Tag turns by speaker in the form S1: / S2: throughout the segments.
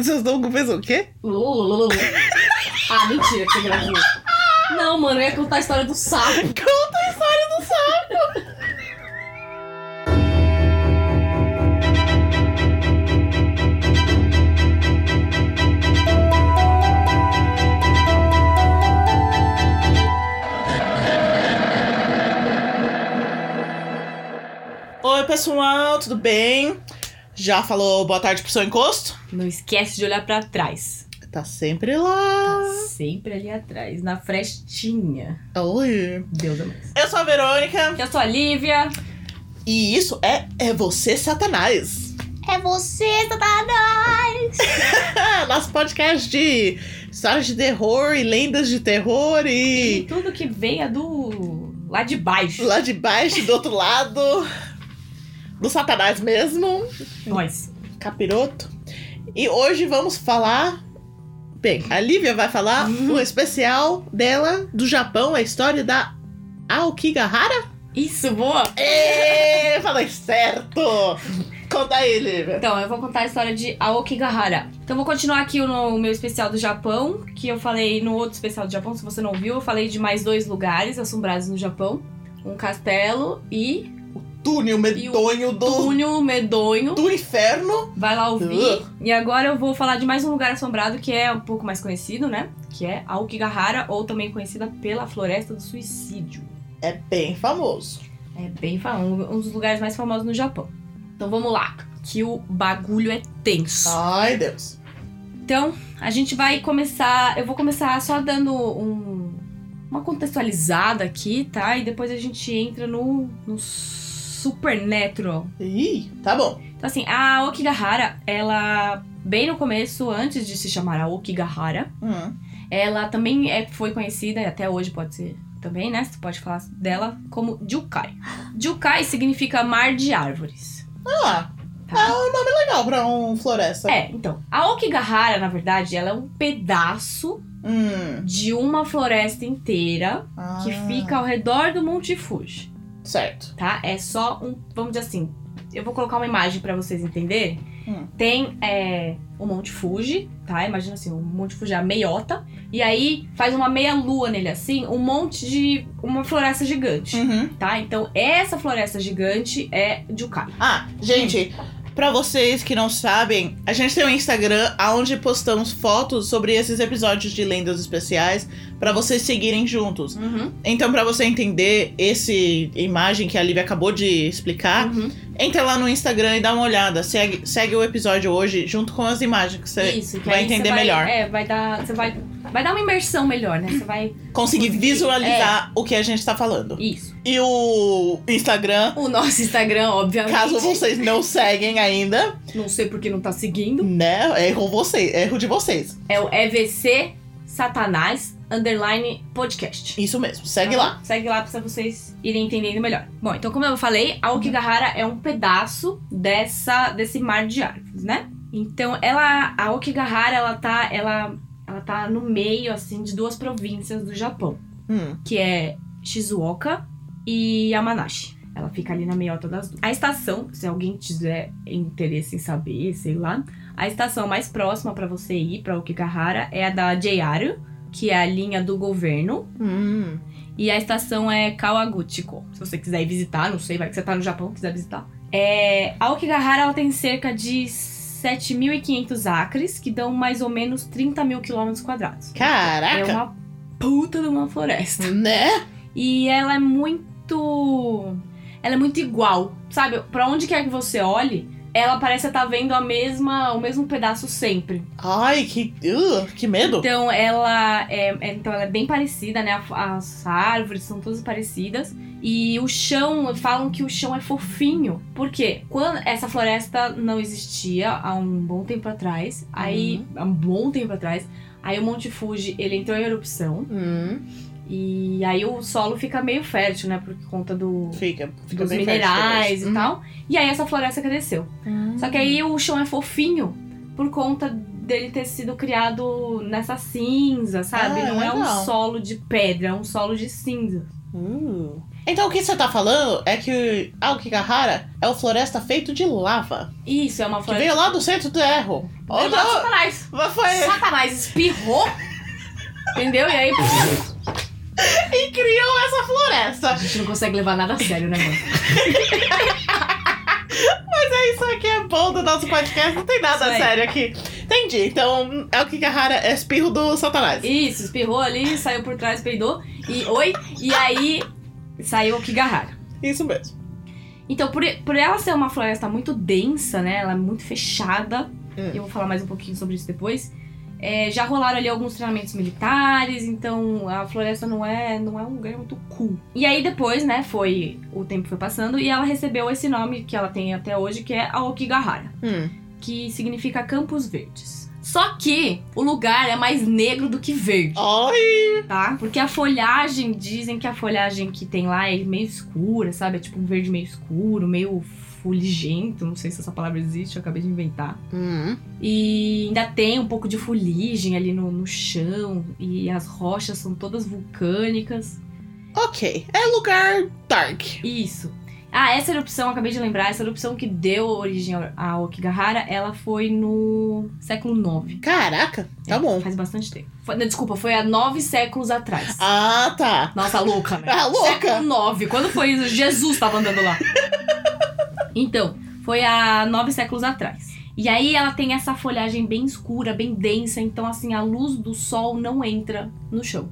S1: Seus Dongo fez o quê?
S2: Lulululu. Ah, mentira que você gravou. Não, mano, eu ia contar a história do sapo.
S1: Conta a história do sapo! Oi, pessoal, tudo bem? Já falou boa tarde pro seu encosto?
S2: Não esquece de olhar pra trás.
S1: Tá sempre lá.
S2: Tá sempre ali atrás, na frestinha.
S1: Oi.
S2: Deus amor.
S1: Eu sou a Verônica
S2: Eu sou a Lívia.
S1: e isso é É Você, Satanás.
S2: É você, Tatana.
S1: Ah, Nosso podcast de histórias de terror e lendas de terror e
S2: E tudo que venha do... Lá de baixo.
S1: lá de baixo, do outro lado, do Satanás mesmo,
S2: Nós.
S1: capiroto. E hoje vamos falar. Bem, a Lívia vai falar
S2: Uhum.
S1: um especial dela do Japão, a história da Aokigahara.
S2: Isso, boa.
S1: Ê, falei certo! Conta aí, Lívia.
S2: Então, eu vou contar a história de Aokigahara. Então, eu vou continuar aqui no meu especial do Japão, que eu falei no outro especial do Japão, se você não viu, eu falei de mais dois lugares assombrados no Japão. Um castelo e
S1: Túnel medonho do,
S2: túnel medonho.
S1: do inferno.
S2: Vai lá ouvir. E agora eu vou falar de mais um lugar assombrado que é um pouco mais conhecido, né? Que é Aokigahara, ou também conhecida pela Floresta do Suicídio.
S1: É bem famoso.
S2: É bem famoso, um dos lugares mais famosos no Japão. Então vamos lá, que o bagulho é tenso.
S1: Ai, Deus.
S2: Então, a gente vai começar. Eu vou começar só dando um- uma contextualizada aqui, tá? E depois a gente entra no, no Supernatural.
S1: Ih, tá bom.
S2: Então, assim, a Okigahara, ela, bem no começo, antes de se chamar a Okigahara,
S1: Hum.
S2: ela também é, foi conhecida, e até hoje pode ser também, né? Você pode falar dela como Jukai. Jukai significa mar de árvores.
S1: Ah,
S2: Tá.
S1: é um nome legal pra um floresta.
S2: É, então. A Okigahara, na verdade, ela é um pedaço
S1: Hum.
S2: de uma floresta inteira
S1: Ah,
S2: que fica ao redor do Monte Fuji,
S1: Certo.
S2: tá? É só um, vamos dizer assim, eu vou colocar uma imagem pra vocês entenderem.
S1: Hum.
S2: Tem é, o Monte Fuji, tá? Imagina assim, o Monte Fuji é a meiota, e aí faz uma meia lua nele assim, um monte de uma floresta gigante,
S1: Uhum.
S2: tá? Então essa floresta gigante é Jukai.
S1: Ah, gente. Pra vocês que não sabem, a gente tem um Instagram onde postamos fotos sobre esses episódios de lendas especiais pra vocês seguirem juntos.
S2: Uhum.
S1: Então, pra você entender essa imagem que a Lívia acabou de explicar,
S2: Uhum.
S1: entra lá no Instagram e dá uma olhada. Segue, segue o episódio hoje junto com as imagens que você
S2: Isso, que
S1: vai
S2: aí
S1: entender
S2: você vai,
S1: melhor.
S2: É, vai dar, você vai vai dar uma imersão melhor, né? Você vai
S1: conseguir
S2: Conseguir, é.
S1: visualizar o que a gente tá falando.
S2: isso.
S1: E o Instagram,
S2: O nosso Instagram, obviamente.
S1: caso vocês não seguem ainda,
S2: Não sei por que não tá seguindo.
S1: né? Erro vocês, erro de vocês.
S2: É o EVC Satanás Underline Podcast.
S1: Isso mesmo, segue
S2: Tá bom?
S1: lá.
S2: Segue lá pra vocês irem entendendo melhor. Bom, então como eu falei, a Okigahara é um pedaço dessa, desse mar de árvores, né? Então ela, a Okigahara, ela tá, ela, ela tá no meio, assim, de duas províncias do Japão.
S1: Hum,
S2: Que é Shizuoka e Yamanashi. Ela fica ali na meiota das duas. A estação, se alguém tiver interesse em saber, sei lá, a estação mais próxima pra você ir pra Okigahara é a da Jeiaru, que é a linha do governo,
S1: hum.
S2: e a estação é Kawaguchiko. Se você quiser ir visitar, não sei, vai que você tá no Japão, quiser visitar. É, a Okigahara ela tem cerca de 7.500 acres, que dão mais ou menos 30 mil quilômetros quadrados. É
S1: Caraca,
S2: uma puta de uma floresta.
S1: né?
S2: E ela é muito. Ela é muito igual. Sabe? Pra onde quer que você olhe, ela parece estar vendo a mesma, o mesmo pedaço sempre.
S1: Ai, que, uh, que medo.
S2: Então ela é, é- então ela é bem parecida, né? A- As árvores são todas parecidas. E o chão, falam que o chão é fofinho. Por quê? Quando essa floresta não existia há um bom tempo atrás, aí. Há um bom tempo atrás. Aí o Monte Fuji, ele entrou em erupção.
S1: Hum,
S2: E aí o solo fica meio fértil, né? Por conta do,
S1: fica, fica
S2: dos
S1: bem
S2: minerais
S1: fértil
S2: e
S1: depois.
S2: tal. E aí essa floresta cresceu.
S1: Hum.
S2: Só que aí o chão é fofinho por conta dele ter sido criado nessa cinza, sabe?
S1: Ah,
S2: Não é um
S1: legal.
S2: solo de pedra, é um solo de cinza.
S1: Uh. Então o que você tá falando é que Aokigahara é o floresta feito de lava.
S2: Isso, é uma
S1: Que
S2: floresta.
S1: veio lá do centro do erro.
S2: Olha
S1: Outra-
S2: Satanás.
S1: Rafael
S2: Satanás espirrou. Entendeu? E aí pff,
S1: e criou essa
S2: a
S1: floresta.
S2: gente não consegue levar nada a sério, né, mano?
S1: Isso aqui é bom do nosso podcast, não tem nada
S2: Isso aí.
S1: sério aqui. Entendi. Então, é o que Rara é espirro do Satanás.
S2: Isso, espirrou ali, saiu por trás, peidou. E oi. E aí saiu o Kigahara.
S1: Isso mesmo.
S2: Então, por, por ela ser uma floresta muito densa, né? Ela é muito fechada.
S1: Hum.
S2: Eu vou falar mais um pouquinho sobre isso depois. É, já rolaram ali alguns treinamentos militares, então a floresta não é, não é um lugar muito cool. E aí depois, né, foi. O tempo foi passando e ela recebeu esse nome que ela tem até hoje, que é a Okigahara,
S1: Hum.
S2: que significa Campos Verdes. Só que o lugar é mais negro do que verde
S1: Oi!
S2: tá? Porque a folhagem, dizem que a folhagem que tem lá é meio escura, sabe? É tipo um verde meio escuro, meio fuligento, não sei se essa palavra existe, eu acabei de inventar.
S1: Hum.
S2: E ainda tem um pouco de fuligem ali no, no chão, e as rochas são todas vulcânicas.
S1: Ok. É lugar dark.
S2: Isso. Ah, essa erupção, acabei de lembrar, essa erupção que deu origem a Okigahara, ela foi no século IX.
S1: Caraca, tá bom.
S2: Faz bastante tempo. Foi- desculpa, foi há nove séculos atrás.
S1: Ah, tá.
S2: Nossa, louca, né?
S1: Ah, louca.
S2: Século 9. Quando foi isso? Jesus tava andando lá. Então, foi há nove séculos atrás. E aí ela tem essa folhagem bem escura, bem densa. Então, assim, a luz do sol não entra no chão.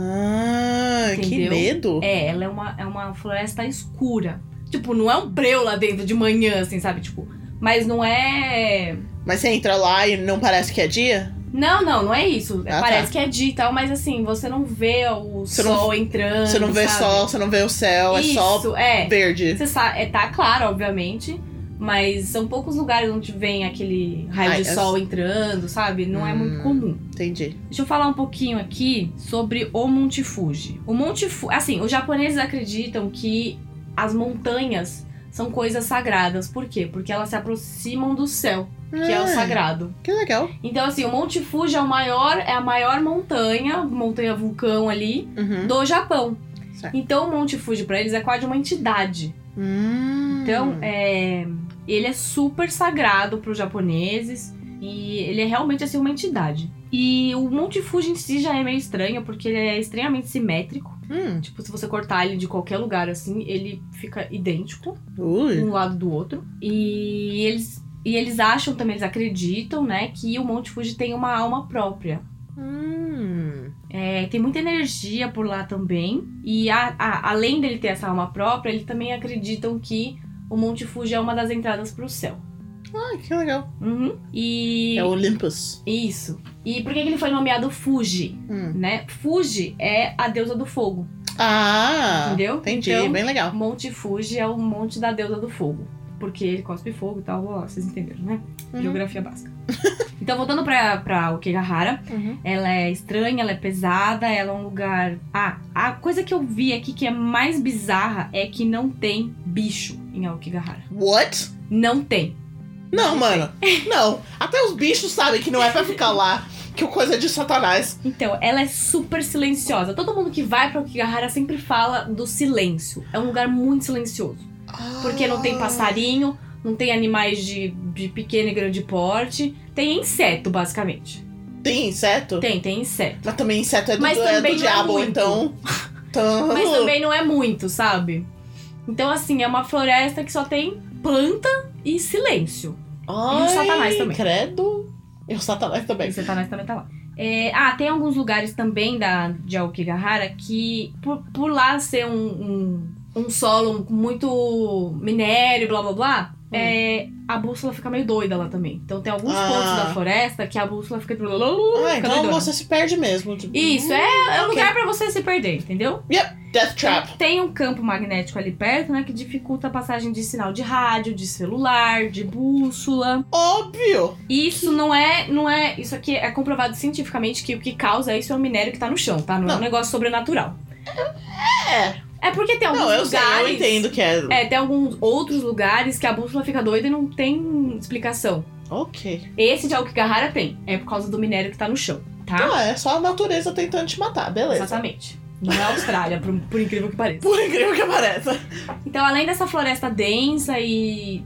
S1: Ah, que
S2: Entendeu?
S1: medo.
S2: É, ela é uma, é uma floresta escura. Tipo, não é um breu lá dentro de manhã, assim, sabe? Tipo, mas não é...
S1: Mas você entra lá e não parece que é dia?
S2: Não, não, não é isso.
S1: Ah, tá.
S2: Parece que é dia e tal, mas assim, você não vê o
S1: Você não-
S2: sol entrando,
S1: Você não vê
S2: sabe?
S1: sol, você não vê o céu, é
S2: isso,
S1: só
S2: é.
S1: verde.
S2: Você sabe, é, tá claro, obviamente, mas são poucos lugares onde vem aquele raio
S1: Ai,
S2: de
S1: eu-
S2: sol entrando, sabe? Não é
S1: Hum.
S2: muito comum.
S1: Entendi.
S2: Deixa eu falar um pouquinho aqui sobre o Monte Fuji. O Monte Fuji, assim, os japoneses acreditam que as montanhas são coisas sagradas. Por quê? Porque elas se aproximam do céu, que é o
S1: Ah,
S2: sagrado.
S1: Que legal.
S2: Então, assim, o Monte Fuji é o maior, é a maior montanha, montanha vulcão ali
S1: Uhum.
S2: do Japão.
S1: Certo.
S2: Então, o Monte Fuji para eles é quase uma entidade.
S1: Hum.
S2: Então, é, ele é super sagrado para os japoneses e ele é realmente assim uma entidade. E o Monte Fuji em si já é meio estranho porque ele é extremamente simétrico.
S1: Hum.
S2: Tipo, se você cortar ele de qualquer lugar assim, ele fica idêntico
S1: Ui.
S2: um lado do outro. E eles e eles acham também, eles acreditam, né, que o Monte Fuji tem uma alma própria.
S1: Hum.
S2: É, tem muita energia por lá também. E a- a- além dele ter essa alma própria, eles também acreditam que o Monte Fuji é uma das entradas para o céu.
S1: Ah, que legal.
S2: Uhum. E
S1: É o Olympus.
S2: isso. E por que, que ele foi nomeado Fuji,
S1: Hum.
S2: né? Fuji é a deusa do fogo,
S1: Ah.
S2: entendeu?
S1: Entendi.
S2: Então,
S1: Bem legal.
S2: Monte Fuji é o monte da deusa do fogo, porque ele cospe fogo e tal, ó, vocês entenderam, né?
S1: Uhum.
S2: Geografia básica. então voltando pra para Okigahara,
S1: Uhum.
S2: ela é estranha, ela é pesada, ela é um lugar. Ah, a coisa que eu vi aqui que é mais bizarra é que não tem bicho em Okigahara.
S1: What?
S2: Não tem.
S1: Não, mano. Não. Até os bichos sabem que não é pra ficar lá. Que coisa é de satanás.
S2: Então, ela é super silenciosa. Todo mundo que vai pra Okigahara sempre fala do silêncio. É um lugar muito silencioso. Porque não
S1: Ah.
S2: tem passarinho, não tem animais de, de pequeno e grande porte. Tem inseto, basicamente.
S1: Ah, Tem inseto?
S2: Tem, tem inseto.
S1: Mas também inseto é do,
S2: Mas
S1: é
S2: também
S1: do
S2: não é
S1: diabo,
S2: muito.
S1: então. Então.
S2: Mas também não é muito, sabe? Então, assim, é uma floresta que só tem planta e silêncio.
S1: Ai,
S2: Satanás também.
S1: Credo. E o Satanás também.
S2: O Satanás também tá lá. É, ah, tem alguns lugares também da, de Aokigahara que, por, por lá ser um, um, um solo com muito minério, blá blá blá,
S1: Hum.
S2: é, a bússola fica meio doida lá também. Então tem alguns
S1: Ah.
S2: pontos da floresta que a bússola fica.
S1: Ah,
S2: fica
S1: então
S2: doidona.
S1: você se perde mesmo. Tipo,
S2: Isso, é, é um
S1: ok.
S2: lugar pra você se perder, entendeu?
S1: Death Trap.
S2: Tem um campo magnético ali perto, né, que dificulta a passagem de sinal de rádio, de celular, de bússola.
S1: Óbvio.
S2: E Isso não é, não é. Isso aqui é comprovado cientificamente que o que causa isso é o minério que tá no chão, tá? Não, é
S1: Não.
S2: um negócio sobrenatural.
S1: É.
S2: É porque tem alguns
S1: Não, eu sei,
S2: lugares.
S1: eu entendo que é.
S2: É, tem alguns outros lugares que a bússola fica doida e não tem explicação.
S1: Ok.
S2: Esse de Alquigarrara tem. É por causa do minério que tá no chão, tá?
S1: Então é só a natureza tentando te matar, beleza.
S2: Exatamente. Não é a Austrália, por, por incrível que pareça.
S1: Por incrível que pareça.
S2: Então, além dessa floresta densa e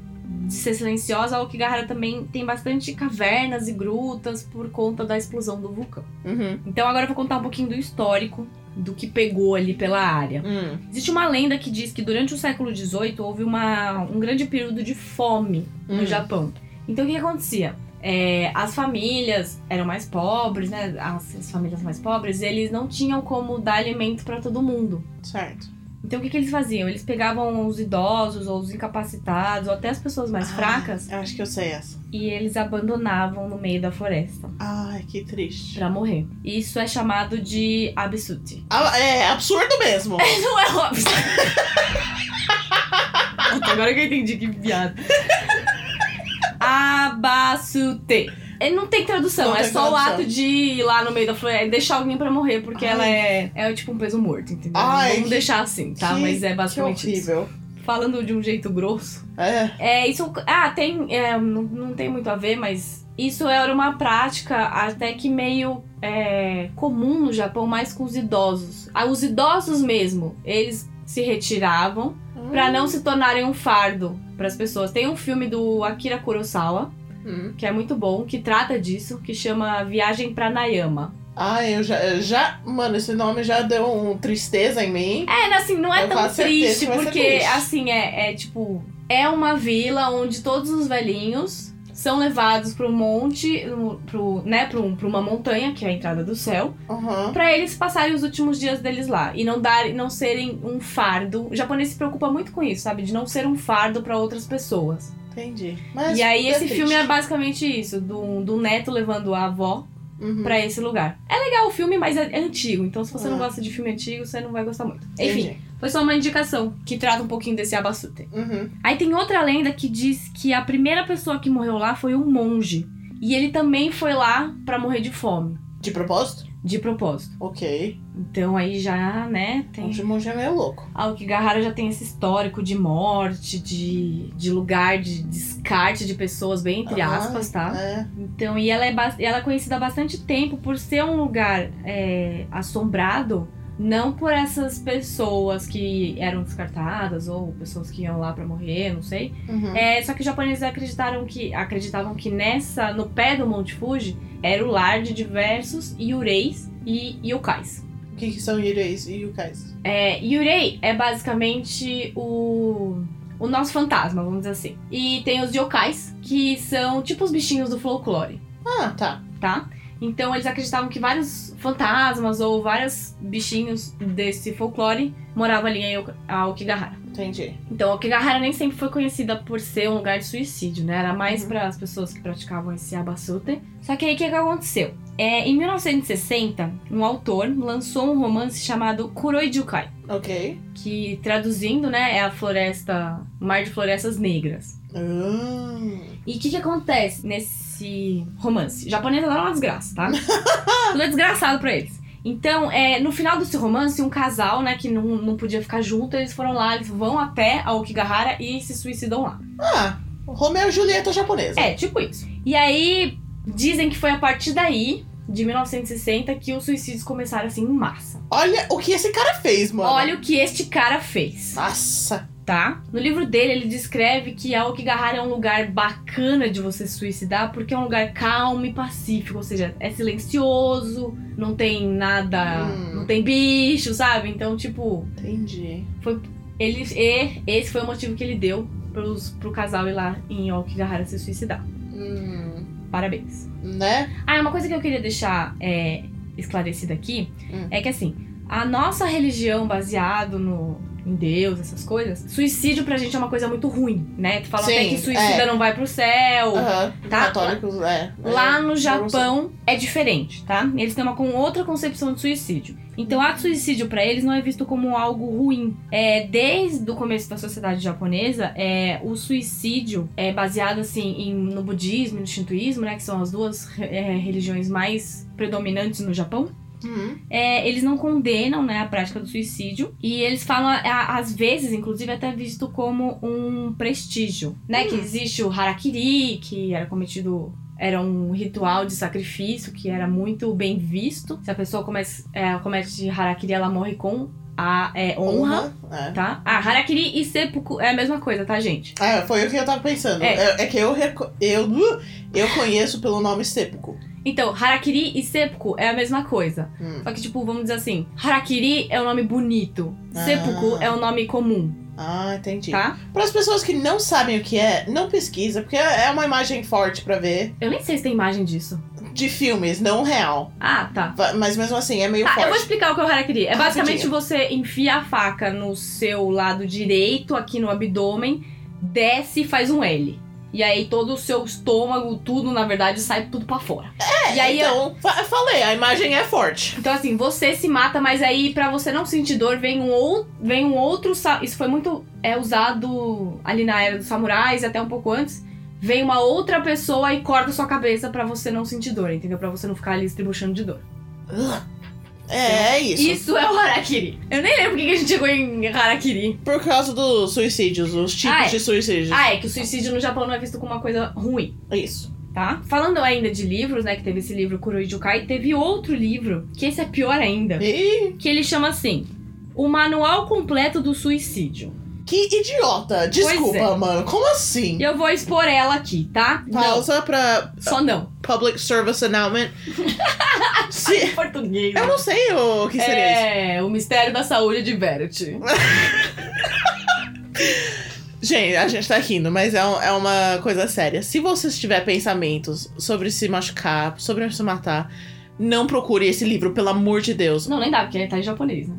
S2: de ser silenciosa, a Okigahara também tem bastante cavernas e grutas por conta da explosão do vulcão.
S1: Uhum.
S2: Então agora eu vou contar um pouquinho do histórico do que pegou ali pela área.
S1: Hum.
S2: Existe uma lenda que diz que durante o século XVIII houve uma, um grande período de fome no
S1: Hum.
S2: Japão. Então o que que acontecia? É, as famílias eram mais pobres, né? As, as famílias mais pobres, eles não tinham como dar alimento para todo mundo.
S1: Certo.
S2: Então o que, que eles faziam? Eles pegavam os idosos ou os incapacitados ou até as pessoas mais
S1: Ah.
S2: fracas
S1: Eu acho que eu sei essa.
S2: e eles abandonavam no meio da floresta
S1: Ai, que triste.
S2: pra morrer. Isso é chamado de absute.
S1: Ah, é absurdo mesmo.
S2: Não é óbvio. Agora que eu entendi que piada. Abasute. É, Não tem tradução,
S1: Não
S2: é
S1: tem
S2: só o
S1: tradução.
S2: ato de ir lá no meio da floresta e deixar alguém pra morrer, porque
S1: Ai.
S2: ela é, é tipo um peso morto, entendeu?
S1: Ai,
S2: Vamos
S1: que-
S2: deixar assim, tá?
S1: que-
S2: Mas é
S1: que
S2: basicamente isso.
S1: horrível.
S2: Falando de um jeito grosso.
S1: É.
S2: É, isso. Ah, tem. é, não, não tem muito a ver, mas. Isso era uma prática até que meio é, comum no Japão, mais com os idosos. Ah, os idosos mesmo, eles se retiravam pra não se tornarem um fardo pras pessoas. Tem um filme do Akira Kurosawa,
S1: Hum.
S2: que é muito bom, que trata disso, que chama Viagem pra Nayama.
S1: Ai, eu já, eu já. Mano, esse nome já deu um tristeza em mim.
S2: É, assim, não é
S1: Eu
S2: tão
S1: faço certeza
S2: triste,
S1: que vai ser
S2: porque,
S1: triste.
S2: assim, é, é tipo. É uma vila onde todos os velhinhos são levados pro monte, um, pro, né, pro, pra uma montanha, que é a entrada do céu,
S1: Aham.
S2: pra eles passarem os últimos dias deles lá e não dar, não serem um fardo. O japonês se preocupa muito com isso, sabe? De não ser um fardo pra outras pessoas.
S1: Entendi. Mas
S2: e aí
S1: é
S2: esse
S1: triste.
S2: filme é basicamente isso, do, do neto levando a avó
S1: Uhum.
S2: pra esse lugar. É legal o filme, mas é, é antigo, então se você não
S1: Ah.
S2: gosta de filme antigo, você não vai gostar muito. Enfim,
S1: Entendi.
S2: foi só uma indicação que trata um pouquinho desse Abasute.
S1: Uhum.
S2: Aí tem outra lenda que diz que a primeira pessoa que morreu lá foi um monge. E ele também foi lá pra morrer de fome,
S1: De propósito?
S2: de propósito.
S1: Ok.
S2: Então aí já, né, tem.
S1: O monge é meio louco.
S2: A Okigahara já tem esse histórico de morte, de, de lugar de descarte de pessoas, bem entre
S1: Ah,
S2: aspas, tá?
S1: É.
S2: Então, e ela é, bas- ela é conhecida há bastante tempo por ser um lugar é, assombrado, não por essas pessoas que eram descartadas ou pessoas que iam lá pra morrer, não sei.
S1: Uhum.
S2: É, só que os japoneses acreditaram que acreditavam que nessa no pé do Monte Fuji era o lar de diversos yureis e yokais.
S1: O que, que são Yureis e Yukais?
S2: É, yurei é basicamente o o nosso fantasma, vamos dizer assim. E tem os yokais, que são tipo os bichinhos do folclore.
S1: Ah, tá.
S2: tá? Então eles acreditavam que vários fantasmas ou vários bichinhos desse folclore moravam ali em Aok- a Okigahara.
S1: Entendi.
S2: Então a Okigahara nem sempre foi conhecida por ser um lugar de suicídio, né? Era mais
S1: Uhum.
S2: para as pessoas que praticavam esse abasute. Só que aí o que, que aconteceu? É, em 1960, um autor lançou um romance chamado Kuroijukai,
S1: Ok.
S2: que traduzindo, né, é a floresta, o mar de florestas negras.
S1: Hum.
S2: E o que, que acontece nesse romance? O japonês adora uma desgraça, tá? Tudo é desgraçado pra eles. Então, é, no final desse romance, um casal, né, que não, não podia ficar junto, eles foram lá, eles vão até a Okigahara e se suicidam lá.
S1: Ah, Romeu e Julieta japonesa.
S2: É, tipo isso. E aí, dizem que foi a partir daí, de 1960, que os suicídios começaram assim em massa.
S1: Olha o que esse cara fez, mano.
S2: Olha o que este cara fez.
S1: Nossa.
S2: tá? No livro dele, ele descreve que a Okigahara é um lugar bacana de você se suicidar porque é um lugar calmo e pacífico, ou seja, é silencioso, não tem nada,
S1: Hum.
S2: não tem bicho, sabe? Então, tipo,
S1: Entendi.
S2: ele e esse foi o motivo que ele deu pros, pro casal ir lá em Okigahara se suicidar.
S1: Hum.
S2: Parabéns.
S1: Né?
S2: Ah, uma coisa que eu queria deixar é, esclarecida aqui
S1: Hum.
S2: é que assim, a nossa religião baseado no em Deus, essas coisas, suicídio pra gente é uma coisa muito ruim, né? Tu fala até
S1: Sim,
S2: que suicida
S1: é.
S2: não vai pro céu.
S1: Aham.
S2: Tá.
S1: Católicos, é.
S2: Lá no
S1: É,
S2: Japão é diferente, tá? Eles têm uma com outra concepção de suicídio. Então, ato de suicídio pra eles não é visto como algo ruim. É, desde o começo da sociedade japonesa, é, o suicídio é baseado assim em- no budismo e no shintoísmo, né, que são as duas é, religiões mais predominantes no Japão.
S1: Hum.
S2: É, eles não condenam né, a prática do suicídio e eles falam, a- às vezes, inclusive, até visto como um prestígio, né?
S1: Hum.
S2: Que existe o harakiri, que era cometido... Era um ritual de sacrifício que era muito bem visto. Se a pessoa comece, é, comete harakiri, ela morre com a é, honra,
S1: É.
S2: tá? Ah, harakiri e seppuku é a mesma coisa, tá, gente?
S1: Ah, foi o que eu tava pensando.
S2: É.
S1: É, é que eu, reco- eu, uh, eu conheço pelo nome Seppuku.
S2: Então, harakiri e seppuku é a mesma coisa.
S1: Hum.
S2: Só que, tipo, vamos dizer assim, harakiri é um nome bonito,
S1: Ah.
S2: seppuku é um nome comum,
S1: Ah, entendi.
S2: tá?
S1: Para as pessoas que não sabem o que é, não pesquisa, porque é uma imagem forte pra ver
S2: Eu nem sei se tem imagem disso.
S1: de filmes, não real.
S2: Ah, tá.
S1: Va- Mas mesmo assim, é meio
S2: Tá, eu vou
S1: forte.
S2: explicar o que é o harakiri. É basicamente
S1: Rapidinho.
S2: você enfia a faca no seu lado direito, aqui no abdômen, desce e faz um L. E aí todo o seu estômago, tudo, na verdade, sai tudo pra fora.
S1: É,
S2: e aí
S1: então, fa- falei, a imagem é forte.
S2: Então assim, você se mata, mas aí pra você não sentir dor, vem um, ou... vem um outro... sa- Isso foi muito é, usado ali na era dos samurais, até um pouco antes. Vem uma outra pessoa e corta sua cabeça pra você não sentir dor, entendeu? Pra você não ficar ali se tribuchando de dor.
S1: É, é isso.
S2: Isso é o harakiri. Eu nem lembro porque que a gente chegou em harakiri.
S1: Por causa dos suicídios, os tipos
S2: Ah, é.
S1: de suicídios.
S2: Ah, é que o suicídio no Japão não é visto como uma coisa ruim,
S1: É Isso.
S2: tá? Falando ainda de livros, né, que teve esse livro Kuroijukai, teve outro livro, que esse é pior ainda,
S1: E
S2: que ele chama assim: O Manual Completo do Suicídio.
S1: que idiota. Desculpa,
S2: é.
S1: mano. Como assim?
S2: E eu vou expor ela aqui, tá? Não,
S1: Pausa pra
S2: só não.
S1: public service announcement. Se-
S2: Em português.
S1: Eu não sei o que seria isso.
S2: É, o mistério da saúde de Verity.
S1: Gente, a gente tá rindo, mas é, um- é uma coisa séria. Se você tiver pensamentos sobre se machucar, sobre se matar, não procure esse livro, pelo amor de Deus.
S2: Não, nem dá, porque tá em japonês, né?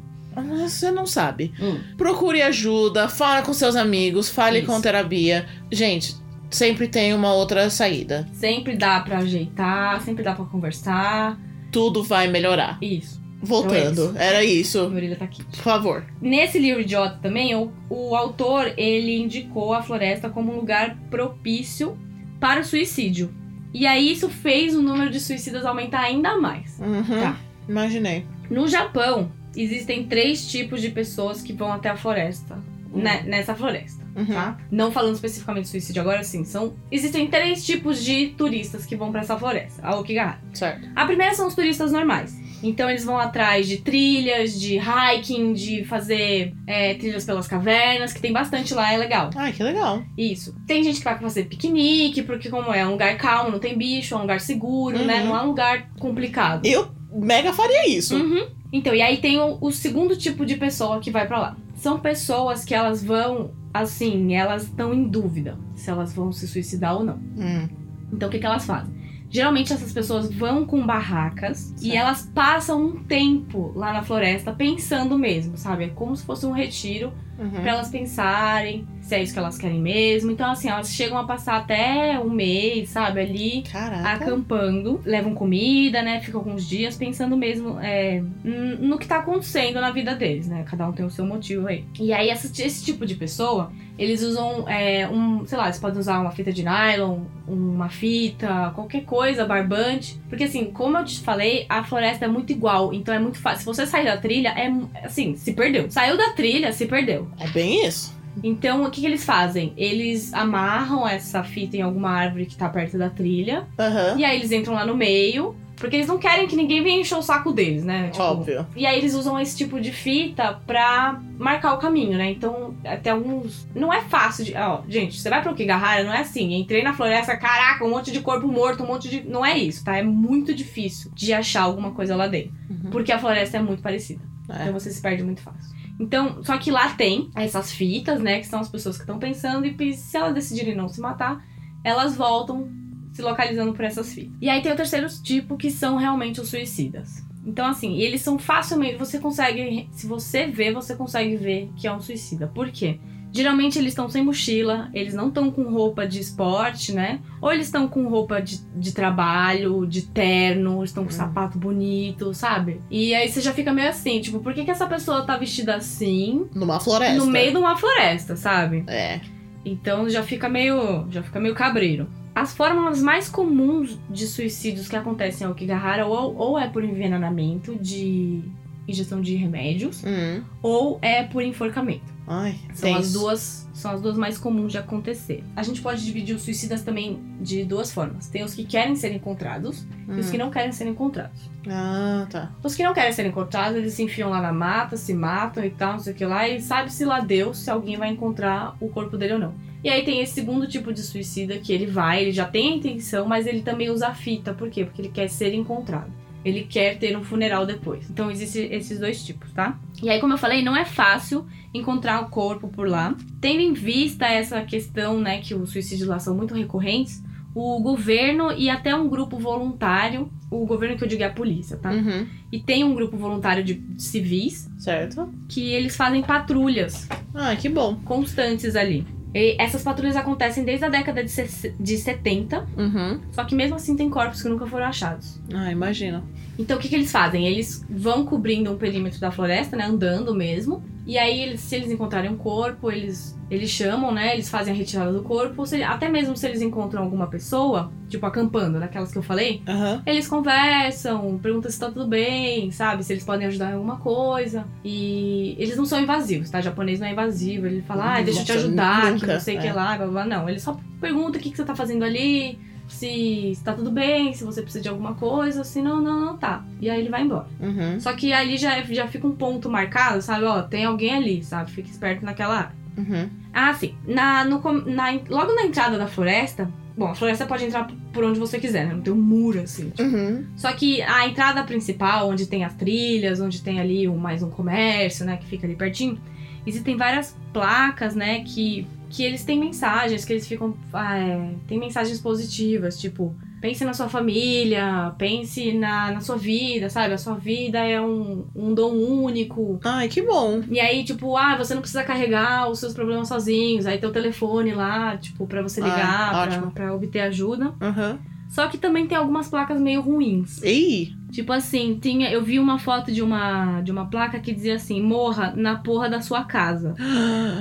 S1: Você não sabe.
S2: Hum.
S1: Procure ajuda, fale com seus amigos, fale
S2: Isso.
S1: com terapia. Gente, sempre tem uma outra saída.
S2: Sempre dá pra ajeitar, sempre dá pra conversar.
S1: Tudo vai melhorar.
S2: Isso.
S1: Voltando,
S2: Então
S1: era
S2: A
S1: isso.
S2: minha orelha tá aqui.
S1: Por favor.
S2: Nesse livro idiota também, o, o autor ele indicou a floresta como um lugar propício para o suicídio. E aí isso fez o número de suicidas aumentar ainda mais.
S1: Uhum.
S2: Tá.
S1: Imaginei.
S2: No Japão, existem três tipos de pessoas que vão até a floresta. né, nessa floresta.
S1: Uhum.
S2: Tá? Não falando especificamente de suicídio agora, sim. São, existem três tipos de turistas que vão para essa floresta, Ah, a Okigahara.
S1: Certo.
S2: A primeira são os turistas normais. Então eles vão atrás de trilhas, de hiking, de fazer é, trilhas pelas cavernas, que tem bastante lá, é legal.
S1: Ai, que legal.
S2: Isso. Tem gente que vai fazer piquenique, porque como é um lugar calmo, não tem bicho, é um lugar seguro,
S1: Uhum.
S2: né? Não é um lugar complicado.
S1: Eu mega faria isso.
S2: Uhum. Então, e aí tem o, o segundo tipo de pessoa que vai pra lá. São pessoas que elas vão, assim, elas estão em dúvida se elas vão se suicidar ou não.
S1: Hum.
S2: Então o que, que elas fazem? Geralmente essas pessoas vão com barracas e
S1: Certo.
S2: elas passam um tempo lá na floresta pensando mesmo, sabe? É como se fosse um retiro
S1: Uhum.
S2: pra elas pensarem se é isso que elas querem mesmo. Então assim, elas chegam a passar até um mês, sabe, ali
S1: Caraca.
S2: acampando, levam comida, né? Ficam alguns dias pensando mesmo é, n- no que tá acontecendo na vida deles, né? Cada um tem o seu motivo aí. E aí, essa- esse tipo de pessoa, eles usam é, um, sei lá, eles podem usar uma fita de nylon, uma fita, qualquer coisa, barbante. Porque assim, como eu te falei, a floresta é muito igual, então é muito fácil. Se você sair da trilha, é mu- assim, se perdeu. Saiu da trilha, se perdeu.
S1: É bem isso.
S2: Então, o que, que eles fazem? Eles amarram essa fita em alguma árvore que tá perto da trilha.
S1: Aham.
S2: E aí eles entram lá no meio, porque eles não querem que ninguém venha encher o saco deles, né? Tipo,
S1: Óbvio.
S2: E aí eles usam esse tipo de fita pra marcar o caminho, né? Então, até alguns. Não é fácil de. Ó, gente, você vai pro Kigahara, não é assim. Entrei na floresta, caraca, um monte de corpo morto, um monte de. Não é isso, tá? É muito difícil de achar alguma coisa lá dentro.
S1: Uhum.
S2: Porque a floresta é muito parecida.
S1: É.
S2: Então você se perde muito fácil. Então, só que lá tem essas fitas, né? Que são as pessoas que estão pensando, e pe- se elas decidirem não se matar, elas voltam se localizando por essas fitas. E aí tem o terceiro tipo, que são realmente os suicidas. Então, assim, eles são facilmente. Você consegue. Se você vê, você consegue ver que é um suicida. Por quê? Geralmente eles estão sem mochila, eles não estão com roupa de esporte, né? Ou eles estão com roupa de, de trabalho, de terno, estão com
S1: Hum.
S2: sapato bonito, sabe? E aí você já fica meio assim, tipo, por que, que essa pessoa tá vestida assim
S1: Numa floresta.
S2: no meio de uma floresta, sabe?
S1: É.
S2: Então já fica meio, já fica meio cabreiro. As formas mais comuns de suicídios que acontecem ao Kigahara ou, ou é por envenenamento de injeção de remédios
S1: Hum.
S2: ou é por enforcamento.
S1: Ai,
S2: São as,
S1: tenso.
S2: duas, são as duas mais comuns de acontecer. A gente pode dividir os suicidas também de duas formas. Tem os que querem ser encontrados
S1: Hum.
S2: e os que não querem ser encontrados.
S1: Ah, tá.
S2: Os que não querem ser encontrados, eles se enfiam lá na mata, se matam e tal, não sei o que lá, e sabe-se lá Deus se alguém vai encontrar o corpo dele ou não. E aí tem esse segundo tipo de suicida que ele vai, ele já tem a intenção, mas ele também usa a fita. Por quê? Porque ele quer ser encontrado. Ele quer ter um funeral depois. Então existem esses dois tipos, tá? E aí, como eu falei, não é fácil encontrar o corpo por lá. Tendo em vista essa questão, né, que os suicídios lá são muito recorrentes, o governo e até um grupo voluntário, o governo que eu digo é a polícia, tá?
S1: Uhum.
S2: E tem um grupo voluntário de de civis
S1: Certo.
S2: que eles fazem patrulhas
S1: Ah, que bom.
S2: constantes ali. E essas patrulhas acontecem desde a década de, se- de 70,
S1: Uhum.
S2: só que mesmo assim tem corpos que nunca foram achados.
S1: Ah, imagina.
S2: Então o que, que eles fazem? Eles vão cobrindo um perímetro da floresta, né? Andando mesmo. E aí, eles, se eles encontrarem um corpo, eles, eles chamam, né? Eles fazem a retirada do corpo. Ou se- até mesmo se eles encontram alguma pessoa, tipo acampando, daquelas que eu falei,
S1: Aham.
S2: eles conversam, perguntam se tá tudo bem, sabe? Se eles podem ajudar em alguma coisa. E eles não são invasivos, tá? O japonês não é invasivo. Ele fala, ah, deixa eu te
S1: Nossa,
S2: ajudar, que
S1: nunca,
S2: não sei o que
S1: é.
S2: lá, blá, blá. Não, ele só pergunta o que, que você tá fazendo ali, se, se tá tudo bem, se você precisa de alguma coisa, se não, não, não tá. E aí ele vai embora.
S1: Uhum.
S2: Só que ali já, já fica um ponto marcado, sabe? Ó, tem alguém ali, sabe? Fica esperto naquela área.
S1: Uhum.
S2: Ah, sim. Na, no com- na en- logo na entrada da floresta... Bom, a floresta pode entrar por onde você quiser, né? Não tem um muro, assim. tipo,
S1: Uhum.
S2: só que a entrada principal, onde tem as trilhas, onde tem ali um, mais um comércio, né, que fica ali pertinho, existem várias placas, né, que, que eles têm mensagens, que eles ficam. ah, é, tem mensagens positivas, tipo, pense na sua família, pense na, na sua vida, sabe? A sua vida é um, um dom único.
S1: Ai, que bom.
S2: E aí, tipo, ah, você não precisa carregar os seus problemas sozinhos. Aí tem o telefone lá, tipo, pra você
S1: Ah,
S2: ligar, pra-
S1: ótimo.
S2: pra obter ajuda.
S1: Aham.
S2: Só que também tem algumas placas meio ruins.
S1: Ih.
S2: Tipo assim, tinha, eu vi uma foto de uma, de uma placa que dizia assim: morra na porra da sua casa.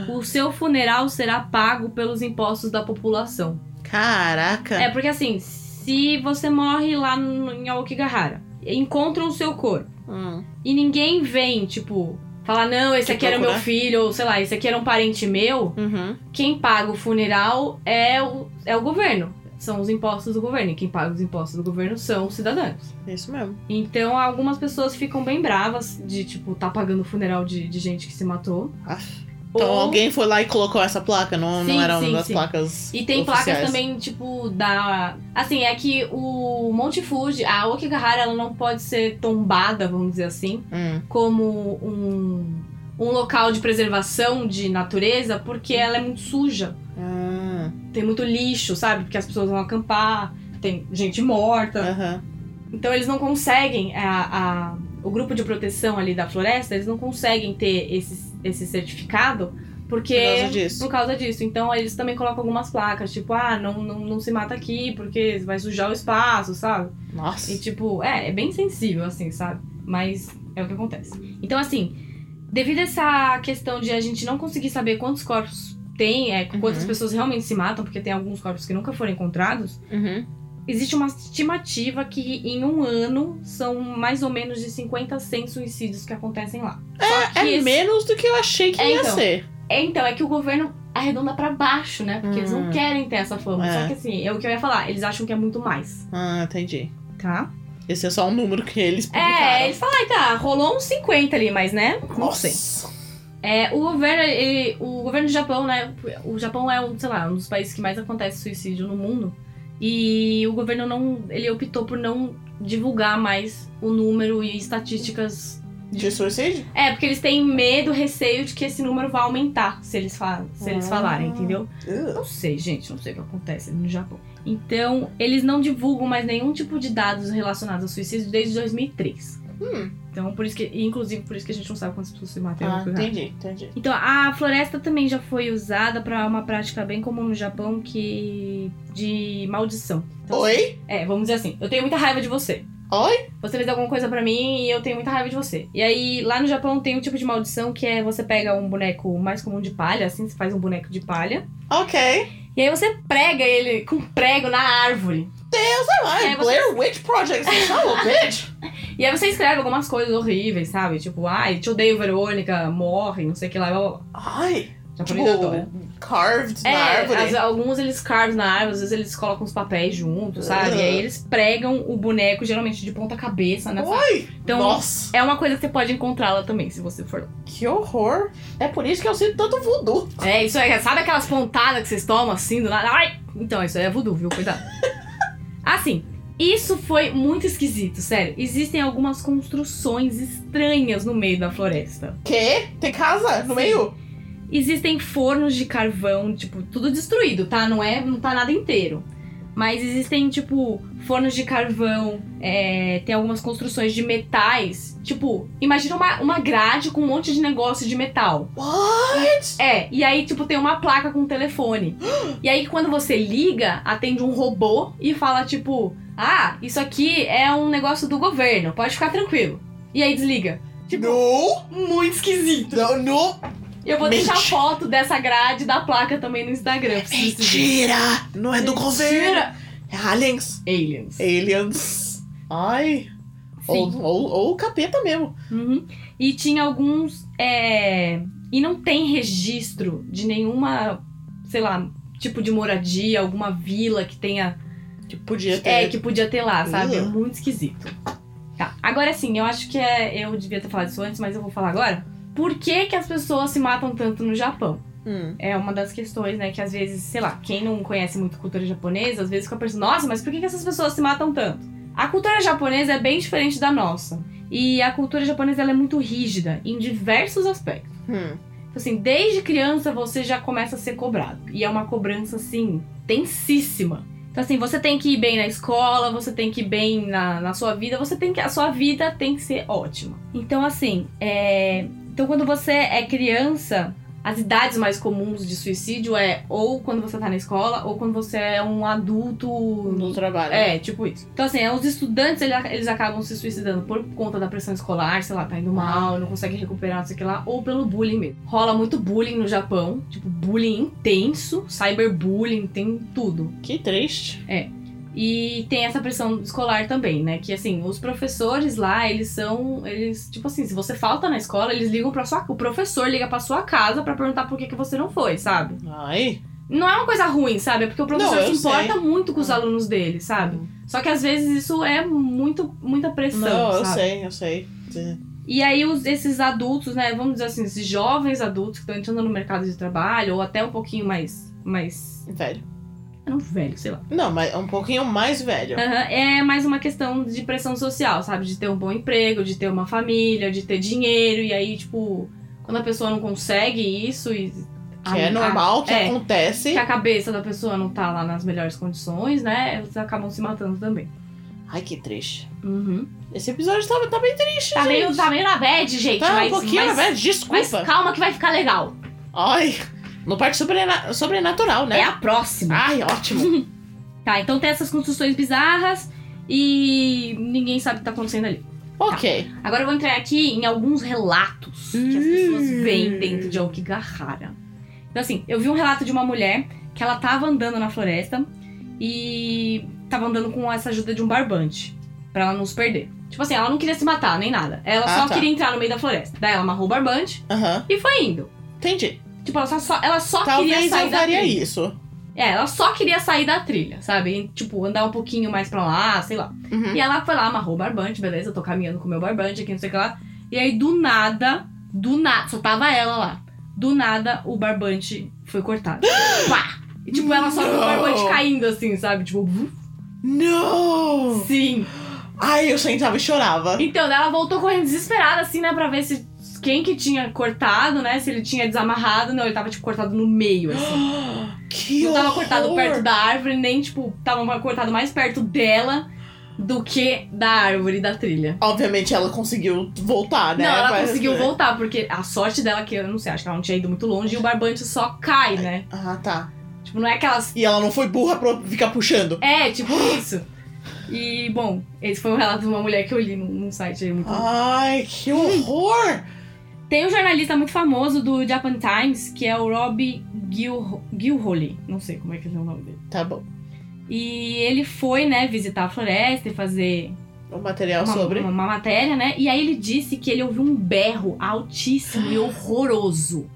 S2: O seu funeral será pago pelos impostos da população.
S1: Caraca.
S2: É porque assim, se você morre lá no, em Aokigahara, encontram o seu corpo
S1: Hum.
S2: e ninguém vem, tipo, falar: não, esse
S1: Te
S2: aqui era o meu
S1: procurar?
S2: filho, ou sei lá, esse aqui era um parente meu.
S1: Uhum.
S2: Quem paga o funeral é o, é o governo. São os impostos do governo. E quem paga os impostos do governo são os cidadãos.
S1: É Isso mesmo.
S2: Então, algumas pessoas ficam bem bravas de, tipo, tá pagando o funeral de, de gente que se matou.
S1: Aff. Então
S2: Ou-
S1: alguém foi lá e colocou essa placa, não,
S2: Sim,
S1: não era
S2: sim,
S1: uma das
S2: sim.
S1: placas.
S2: E tem
S1: oficiais.
S2: placas também, tipo, da... Assim, é que o Monte Fuji, a Okigahara, ela não pode ser tombada, vamos dizer assim,
S1: Hum.
S2: como um, um local de preservação de natureza, porque ela é muito suja.
S1: Ah,
S2: Tem muito lixo, sabe? Porque as pessoas vão acampar, tem gente morta.
S1: Aham.
S2: Então eles não conseguem é, a, a- o grupo de proteção ali da floresta, eles não conseguem ter esse, esse certificado porque
S1: Por causa disso.
S2: por causa disso. Então eles também colocam algumas placas, tipo, ah, não, não, não se mata aqui porque vai sujar o espaço, sabe?
S1: Nossa.
S2: E tipo, é, é bem sensível assim, sabe? Mas é o que acontece. Então assim, devido a essa questão de a gente não conseguir saber quantos corpos tem, é, quantas
S1: Uhum.
S2: pessoas realmente se matam, porque tem alguns corpos que nunca foram encontrados,
S1: Uhum.
S2: Existe uma estimativa que em um ano são mais ou menos de 50 a 100 suicídios que acontecem lá. Só que
S1: É
S2: Ah, esse-
S1: menos do que eu achei que
S2: É,
S1: ia
S2: então.
S1: ser.
S2: É, então, é que o governo arredonda pra baixo, né? Porque eles não
S1: Hum.
S2: querem ter essa fama.
S1: É.
S2: Só que assim, é o que eu ia falar, eles acham que é muito mais,
S1: Ah, entendi.
S2: tá?
S1: Esse é só um número que eles
S2: É,
S1: publicaram.
S2: eles falam, ai tá, rolou uns 50 ali, mas né? Não
S1: Nossa.
S2: sei. É, o governo, ele- o governo do Japão, né? O Japão é um, sei lá, um dos países que mais acontece suicídio no mundo. E o governo não, ele optou por não divulgar mais o número e estatísticas.
S1: De suicídio?
S2: É, porque eles têm medo, receio de que esse número vá aumentar se eles, fa se eles
S1: Ah.
S2: falarem, entendeu?
S1: Uh.
S2: Não sei, gente, não sei o que acontece no Japão. Então, eles não divulgam mais nenhum tipo de dados relacionados ao suicídio desde 2003.
S1: Hum.
S2: Então, por isso que, inclusive, por isso que a gente não sabe quantas pessoas se matam. em
S1: Ah,
S2: outro lugar.
S1: entendi, entendi.
S2: Então, a floresta também já foi usada pra uma prática bem comum no Japão que de maldição. Então,
S1: Oi?
S2: É, vamos dizer assim, eu tenho muita raiva de você.
S1: Oi?
S2: Você fez alguma coisa pra mim e eu tenho muita raiva de você. E aí, lá no Japão tem um tipo de maldição que é você pega um boneco mais comum de palha, assim, você faz um boneco de palha,
S1: Ok.
S2: e aí você prega ele com prego na árvore.
S1: Ai,
S2: É, você-
S1: Blair Witch Project, você tá louco, bitch?
S2: E aí você escreve algumas coisas horríveis, sabe? Tipo, ai, te odeio, Verônica, morre, não sei o que lá. blá, blá, blá.
S1: Ai, tipo,
S2: Japonês adora.
S1: carved na
S2: É,
S1: árvore.
S2: as- alguns eles carvem na árvore, às vezes eles colocam os papéis juntos, sabe? E aí eles pregam o boneco, geralmente de ponta cabeça, né?
S1: Ai,
S2: Então-
S1: nossa,
S2: É uma coisa que você pode encontrá-la também, se você for lá.
S1: que horror. É por isso que eu sinto tanto voodoo.
S2: É, isso aí. Sabe aquelas pontadas que vocês tomam assim do nada? Ai! Então, isso aí é voodoo, viu? Cuidado. Assim, isso foi muito esquisito, sério. Existem algumas construções estranhas no meio da floresta.
S1: Quê? Tem casa no
S2: Sim.
S1: meio?
S2: Existem fornos de carvão, tipo, tudo destruído, tá? Não é, não tá nada inteiro. Mas existem, tipo, fornos de carvão, é, tem algumas construções de metais. Tipo, imagina uma, uma grade com um monte de negócio de metal.
S1: What?
S2: É, e aí, tipo, tem uma placa com um telefone. E aí, quando você liga, atende um robô e fala, tipo, ah, isso aqui é um negócio do governo, pode ficar tranquilo. E aí desliga. Tipo,
S1: No,
S2: muito esquisito.
S1: no, no.
S2: Eu vou deixar
S1: Mente.
S2: foto dessa grade e da placa também no Instagram. pra vocês verem.
S1: Mentira! Não é do governo.
S2: Mentira!
S1: É aliens.
S2: Aliens.
S1: Aliens. Ai. Ou,
S2: Sim.
S1: ou, ou o capeta mesmo.
S2: Uhum. E tinha alguns. é, E não tem registro de nenhuma, sei lá, tipo de moradia, alguma vila que tenha
S1: Que podia ter.
S2: É, que podia ter lá, sabe? É
S1: Ugh.
S2: muito esquisito. Tá, agora sim, eu acho que é, eu devia ter falado isso antes, mas eu vou falar agora. Por que, que as pessoas se matam tanto no Japão?
S1: Hum.
S2: É uma das questões, né? Que às vezes, sei lá, quem não conhece muito cultura japonesa, às vezes fica pensando, nossa, mas por que, que essas pessoas se matam tanto? A cultura japonesa é bem diferente da nossa. E a cultura japonesa ela é muito rígida em diversos aspectos.
S1: Hum.
S2: Então, Assim, desde criança você já começa a ser cobrado. E é uma cobrança, assim, tensíssima. Então, assim, você tem que ir bem na escola, você tem que ir bem na, na sua vida, você tem que. A sua vida tem que ser ótima. Então, assim, é. Então, quando você é criança, as idades mais comuns de suicídio é ou quando você tá na escola, ou quando você é um adulto
S1: No trabalho.
S2: é, tipo isso. Então, assim, é, os estudantes ele- eles acabam se suicidando por conta da pressão escolar, sei lá, tá indo mal, não consegue recuperar, não sei o que lá, ou pelo bullying mesmo. Rola muito bullying no Japão, tipo, bullying intenso, cyberbullying, tem tudo.
S1: Que triste.
S2: E tem essa pressão escolar também, né? Que assim, os professores lá, eles são. Eles, tipo assim, se você falta na escola, eles ligam pra sua. O professor liga pra sua casa pra perguntar por que, que você não foi, sabe?
S1: Ai.
S2: Não é uma coisa ruim, sabe? É porque o professor
S1: Não, eu
S2: se importa
S1: sei. Uhum.
S2: muito com os alunos dele, sabe? Só que às vezes isso é muito, muita pressão.
S1: Não, eu
S2: sabe?
S1: sei, eu sei.
S2: E aí os- esses adultos, né, vamos dizer assim, esses jovens adultos que estão entrando no mercado de trabalho, ou até um pouquinho mais. mais.
S1: Velho.
S2: Não velho, sei lá.
S1: Não, mas é um pouquinho mais velho.
S2: Aham, é mais uma questão de pressão social, sabe? De ter um bom emprego, de ter uma família, de ter dinheiro. E aí, tipo, quando a pessoa não consegue isso e.
S1: Que é
S2: a-
S1: normal, que
S2: é.
S1: acontece.
S2: Que a cabeça da pessoa não tá lá nas melhores condições, né? Eles acabam se matando também.
S1: Ai, que triste.
S2: Uhum.
S1: Esse episódio tá, tá bem triste,
S2: Tá,
S1: gente.
S2: meio, tá meio na bad, gente.
S1: Tá
S2: mas,
S1: um pouquinho,
S2: mas-
S1: velho.
S2: Mas
S1: Desculpa.
S2: calma que vai ficar legal.
S1: Ai. No parte sobrena- sobrenatural, né?
S2: É a próxima.
S1: Ai, ótimo.
S2: Tá, então tem essas construções bizarras e ninguém sabe o que tá acontecendo ali.
S1: ok.
S2: Agora eu vou entrar aqui em alguns relatos que as pessoas
S1: Hum.
S2: veem dentro de Aokigahara. Então assim, eu vi um relato de uma mulher que ela tava andando na floresta e tava andando com essa ajuda de um barbante pra ela não se perder. Tipo assim, ela não queria se matar nem nada. Ela
S1: Ah,
S2: só
S1: tá.
S2: queria entrar no meio da floresta. Daí ela amarrou o barbante
S1: Aham.
S2: e foi indo.
S1: Entendi.
S2: Tipo, ela só- só, ela só queria
S1: Talvez
S2: sair
S1: eu
S2: da
S1: faria
S2: trilha.
S1: isso.
S2: É, ela só queria sair da trilha, sabe? E, tipo, andar um pouquinho mais pra lá, sei lá.
S1: Uhum.
S2: E ela foi lá, amarrou o barbante, beleza, eu tô caminhando com o meu barbante aqui, não sei o que lá. E aí, do nada, do nada, só tava ela lá. Do nada, o barbante foi cortado. Pá! E, tipo, ela só viu o
S1: Não!
S2: barbante caindo, assim, sabe? Tipo, vuf.
S1: Não!
S2: sim.
S1: Ai, eu sentava e chorava.
S2: Então, daí ela voltou correndo desesperada, assim, né? Pra ver se quem que tinha cortado, né? Se ele tinha desamarrado. Não, ele tava, tipo, cortado no meio, assim.
S1: Que
S2: não tava
S1: horror.
S2: cortado perto da árvore, nem, tipo, tava cortado mais perto dela do que da árvore da trilha.
S1: Obviamente ela conseguiu voltar, né?
S2: não, ela
S1: Mas-
S2: conseguiu voltar, porque a sorte dela, é que eu não sei, acho que ela não tinha ido muito longe, e o barbante só cai, né?
S1: Ah, tá.
S2: Tipo, não é aquelas.
S1: E ela não foi burra pra ficar puxando.
S2: É, tipo isso. E, bom, esse foi um relato de uma mulher que eu li num, num site aí muito.
S1: Ah. Ai, que horror!
S2: Tem um jornalista muito famoso do Japan Times, que é o Rob Gil Gilholi. Não sei como é que é o nome dele.
S1: Tá bom.
S2: E ele foi, né, visitar a floresta e fazer
S1: um material
S2: uma,
S1: sobre.
S2: uma- uma matéria, né? E aí ele disse que ele ouviu um berro altíssimo e horroroso.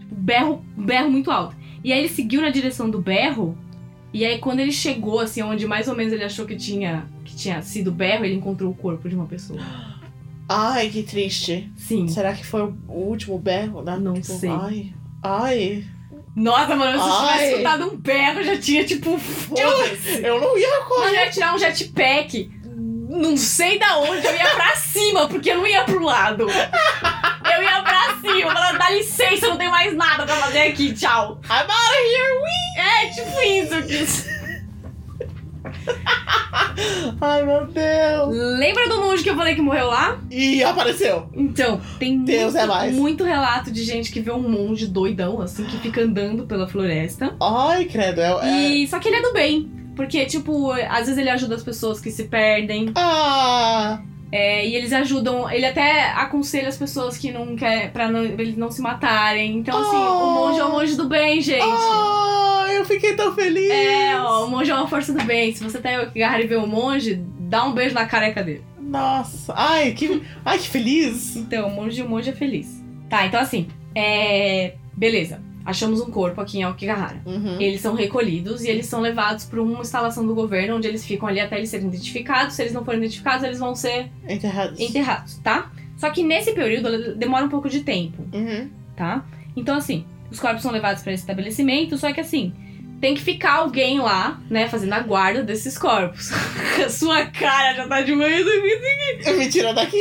S2: Tipo, berro, um berro muito alto. E aí ele seguiu na direção do berro. E aí quando ele chegou, assim, onde mais ou menos ele achou que tinha, que tinha sido berro, ele encontrou o corpo de uma pessoa.
S1: Ai, que triste.
S2: Sim.
S1: Será que foi o último berro? Né?
S2: Não
S1: Tipo,
S2: sei.
S1: Ai. Ai.
S2: Nossa, mano, se eu
S1: Ai.
S2: tivesse escutado um berro, eu já tinha, tipo, foda-se.
S1: Eu não ia
S2: Mas
S1: recorrer.
S2: eu ia tirar um jetpack. Não sei da onde, eu ia pra cima, porque eu não ia pro lado. Eu ia pra cima, falando, dá licença, eu não tenho mais nada pra fazer aqui, tchau.
S1: I'm out of here, we!
S2: É, tipo isso.
S1: Ai, meu Deus.
S2: Lembra do monge que eu falei que morreu lá?
S1: E apareceu.
S2: Então, tem
S1: Deus
S2: muito,
S1: é mais.
S2: muito relato de gente que vê um monge doidão, assim, que fica andando pela floresta.
S1: Ai, credo. É, é-
S2: E só que ele é do bem. Porque, tipo, às vezes ele ajuda as pessoas que se perdem.
S1: Ah.
S2: É, e eles ajudam. Ele até aconselha as pessoas que não quer pra não, eles não se matarem. Então, assim,
S1: Oh.
S2: o monge é o monge do bem, gente.
S1: Ah, eu fiquei tão feliz.
S2: É, ó, o monge é uma força do bem. Se você tá agarrar e ver o monge, dá um beijo na careca dele.
S1: Nossa. Ai, que, ai, que feliz.
S2: Então, o monge, o monge é feliz. Tá, então assim, é. Beleza. Achamos um corpo aqui em Aokigahara.
S1: Uhum.
S2: Eles são recolhidos e eles são levados para uma instalação do governo, onde eles ficam ali até eles serem identificados. Se eles não forem identificados, eles vão ser
S1: Enterrados.
S2: enterrados, tá? Só que nesse período demora um pouco de tempo,
S1: Uhum.
S2: tá? Então, assim, os corpos são levados para esse estabelecimento, só que assim, tem que ficar alguém lá, né, fazendo a guarda desses corpos. A Sua cara já tá de manhã dormindo.
S1: Me tira daqui,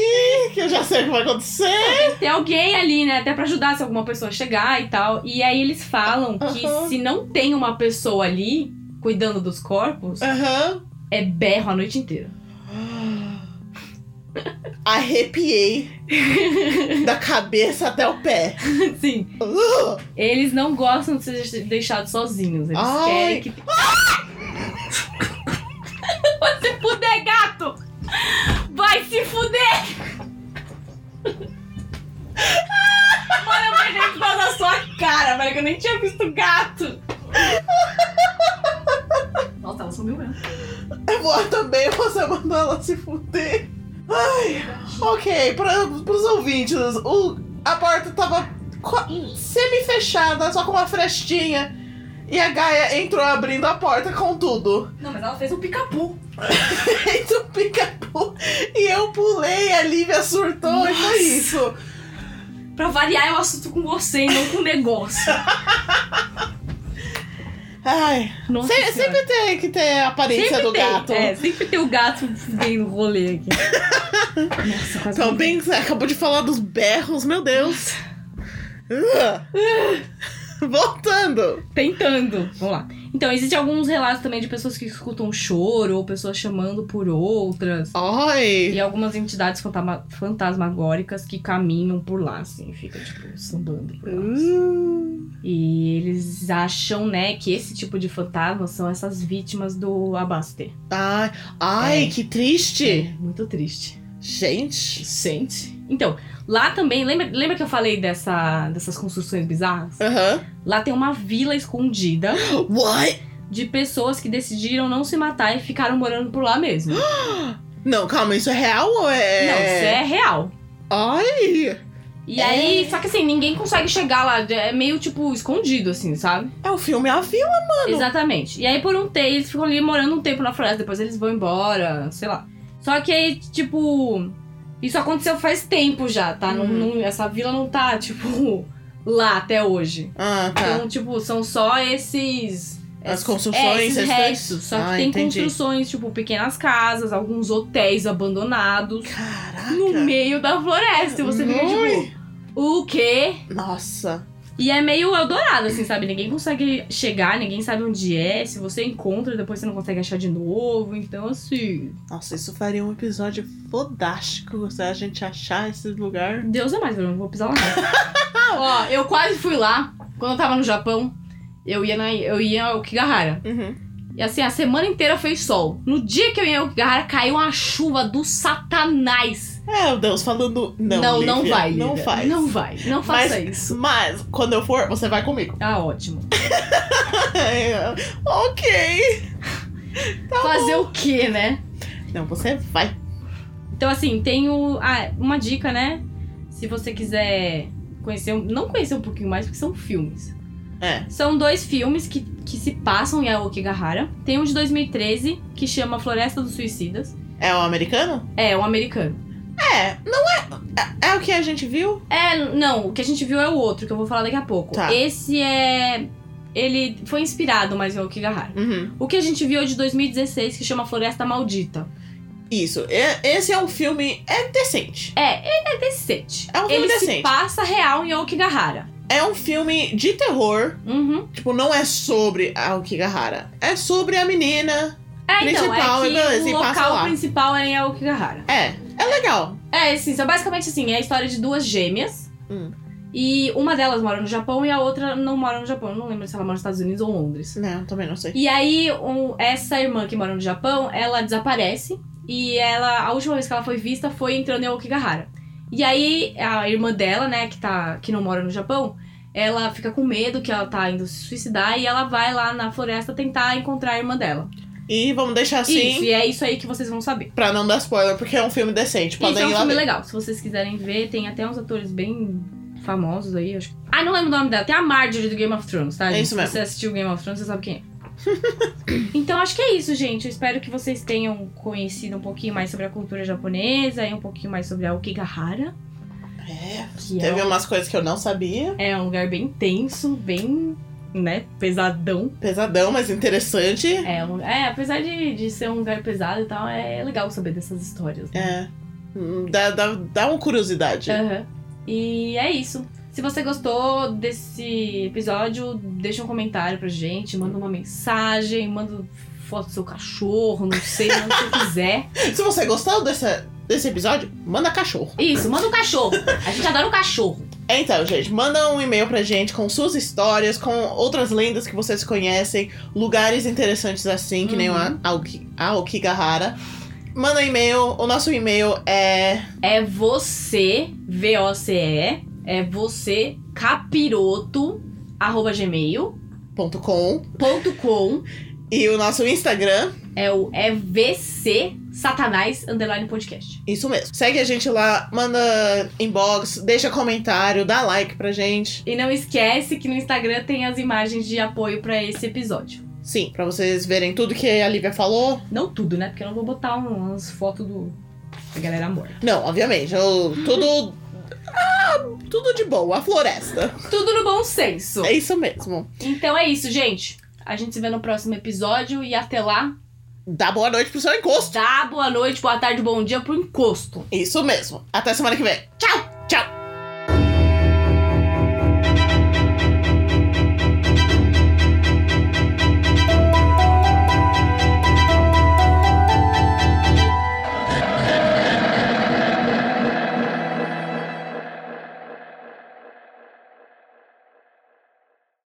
S1: que eu já sei o que vai acontecer.
S2: Tem alguém ali, né, até pra ajudar se alguma pessoa chegar e tal. E aí eles falam que
S1: Aham.
S2: se não tem uma pessoa ali cuidando dos corpos,
S1: Aham.
S2: é berro a noite inteira.
S1: Arrepiei da cabeça até o pé.
S2: Sim.
S1: Uh!
S2: Eles não gostam de ser deixados sozinhos. Eles
S1: Ai.
S2: querem que. Ah! Vai se fuder, gato! Vai se fuder! Mano, eu perdi por causa da sua cara, velho, que eu nem tinha visto gato! Nossa, ela sumiu mesmo.
S1: Eu vou também, você mandou ela se fuder. Ai, ok, pra, pros ouvintes, o, a porta tava co- semi-fechada, só com uma frestinha. E a Gaia entrou abrindo a porta com tudo.
S2: Não, mas ela fez um picapu.
S1: Feito um pica-pau. E eu pulei, a Lívia surtou e
S2: Nossa.
S1: foi isso.
S2: Pra variar, eu assunto com você e não com o negócio.
S1: Ai,
S2: Nossa
S1: se-
S2: Senhora.
S1: sempre tem que ter a aparência
S2: Sempre
S1: do
S2: tem,
S1: gato.
S2: É, sempre tem o gato bem no rolê aqui. Nossa, quase
S1: Também você acabou de falar dos berros, meu Deus. Ugh. Voltando.
S2: Tentando. Vamos lá. Então, existem alguns relatos também de pessoas que escutam choro ou pessoas chamando por outras.
S1: Oi.
S2: E algumas entidades fantama- fantasmagóricas que caminham por lá, assim, fica, tipo, sambando por lá.
S1: Uh.
S2: E eles acham, né, que esse tipo de fantasma são essas vítimas do Abaster.
S1: Ai, ai
S2: É.
S1: que triste.
S2: É, muito triste.
S1: Gente.
S2: Gente. Então, lá também, lembra, lembra que eu falei dessa, dessas construções bizarras?
S1: Aham.
S2: Lá tem uma vila escondida
S1: What?
S2: de pessoas que decidiram não se matar e ficaram morando por lá mesmo. Não,
S1: Não, calma, isso é real ou é.
S2: isso é real.
S1: Ai!
S2: E
S1: É.
S2: aí, só que assim, ninguém consegue chegar lá, é meio tipo escondido, assim, sabe?
S1: É o filme A Vila.
S2: Exatamente. E aí, por um tempo, eles ficam ali morando um tempo na floresta, depois eles vão embora, sei lá. Só que aí, tipo, isso aconteceu faz tempo já, tá? Não-
S1: Uhum.
S2: não- essa vila não tá, tipo, lá até hoje.
S1: Ah, tá.
S2: Então, tipo, são só esses.
S1: As
S2: esses-
S1: construções
S2: é, esses
S1: restantes?
S2: restos. Só que
S1: Ah,
S2: tem
S1: entendi.
S2: construções, tipo, pequenas casas, alguns hotéis abandonados
S1: Caraca.
S2: no meio da floresta. E você fica,
S1: Ui.
S2: tipo, o quê?
S1: Nossa.
S2: E é meio Eldorado, assim, sabe? Ninguém consegue chegar, ninguém sabe onde é. Se você encontra, depois você não consegue achar de novo. Então, assim.
S1: Nossa, isso faria um episódio fodástico se a gente achar esse lugar.
S2: Deus é mais, eu não vou pisar lá. não. Ó, eu quase fui lá quando eu tava no Japão. Eu ia, na, eu ia ao Kigahara.
S1: Uhum.
S2: E assim, a semana inteira fez sol. No dia que eu ia ao Gara, caiu uma chuva do satanás.
S1: É, o Deus falando. Não,
S2: não,
S1: Lívia,
S2: não vai.
S1: Não
S2: Lívia.
S1: faz.
S2: Não vai. Não faça isso.
S1: Mas, quando eu for, você vai comigo.
S2: Tá ótimo.
S1: ok.
S2: Fazer o quê, né?
S1: Tá Não, você vai.
S2: Então, assim, tem o- ah, uma dica, né? Se você quiser conhecer, um- não conhecer um pouquinho mais, porque são filmes.
S1: É.
S2: São dois filmes que, que se passam em Aokigahara. Tem um de 2013, que chama Floresta dos Suicidas.
S1: É o americano?
S2: É, um americano.
S1: É, não é. É, é o que a gente viu?
S2: É, não, o que a gente viu é o outro, que eu vou falar daqui a pouco.
S1: Tá.
S2: Esse é... Ele foi inspirado mais em Aokigahara.
S1: Uhum.
S2: O que a gente viu é de 2016, que chama Floresta Maldita.
S1: Isso. E- Esse é um filme. É decente.
S2: É, ele é decente.
S1: É um filme
S2: ele se
S1: decente.
S2: passa real em Aokigahara.
S1: É um filme de terror.
S2: Uhum.
S1: Tipo, não é sobre a Okigahara. É sobre a menina.
S2: É,
S1: Principal,
S2: então, é que
S1: beleza, e
S2: o
S1: passa
S2: local
S1: lá.
S2: principal é em Aokigahara.
S1: É. É legal.
S2: É, assim, são basicamente assim, é a história de duas gêmeas.
S1: Hum.
S2: E uma delas mora no Japão e a outra não mora no Japão. Eu não lembro se ela mora nos Estados Unidos ou Londres.
S1: Não, também não sei.
S2: E aí, um- essa irmã que mora no Japão, ela desaparece. E ela, a última vez que ela foi vista foi entrando em Aokigahara. E aí, a irmã dela, né, que, tá, que não mora no Japão, ela fica com medo que ela tá indo se suicidar. E ela vai lá na floresta tentar encontrar a irmã dela.
S1: E vamos deixar
S2: Isso,
S1: assim
S2: e é isso aí que vocês vão saber.
S1: pra não dar spoiler, porque é um filme decente. Podem
S2: Isso é um
S1: ir lá
S2: filme
S1: ver.
S2: legal. Se vocês quiserem ver, tem até uns atores bem famosos aí, acho. Ah, não lembro o nome dela. Tem a Marjorie do Game of Thrones, tá?
S1: É
S2: gente?
S1: isso mesmo.
S2: Se você assistiu Game of Thrones, você sabe quem é. então acho que é isso, gente. Eu espero que vocês tenham conhecido um pouquinho mais sobre a cultura japonesa e um pouquinho mais sobre a Okigahara,
S1: É.
S2: que é
S1: Teve
S2: um,
S1: umas coisas que eu não sabia.
S2: é um lugar bem tenso, bem, né, pesadão.
S1: Pesadão, mas interessante.
S2: É, um- é, apesar de, de ser um lugar pesado e tal, é legal saber dessas histórias. né?
S1: É. Hum, Dá, dá, dá uma curiosidade.
S2: Aham. E é isso. Se você gostou desse episódio, deixa um comentário pra gente, manda uma mensagem, manda foto do seu cachorro, não sei, manda o que você quiser.
S1: Se você gostou dessa, desse episódio, manda cachorro.
S2: Isso, manda um cachorro. A gente adora um cachorro.
S1: Então, gente, manda um e-mail pra gente com suas histórias, com outras lendas que vocês conhecem, lugares interessantes assim, que nem
S2: Uhum.
S1: a, a, Okigahara. Manda um e-mail, o nosso e-mail é.
S2: É você, V-O-C-E, é você, capiroto, arroba gmail.com
S1: .com e o nosso Instagram
S2: é o EVC Satanás Underline Podcast.
S1: Isso mesmo. Segue a gente lá, manda inbox, deixa comentário, dá like pra gente.
S2: E não esquece que no Instagram tem as imagens de apoio pra esse episódio.
S1: Sim, pra vocês verem tudo que a Lívia falou.
S2: Não tudo, né? Porque eu não vou botar um- umas fotos do. da galera morta.
S1: Não, obviamente, eu, tudo. Ah, tudo de boa, a floresta.
S2: Tudo no bom senso.
S1: É isso mesmo.
S2: Então é isso, gente. A gente se vê no próximo episódio e até lá.
S1: Dá boa noite pro seu encosto.
S2: Dá boa noite, boa tarde, bom dia pro encosto.
S1: Isso mesmo. Até semana que vem.
S2: Tchau!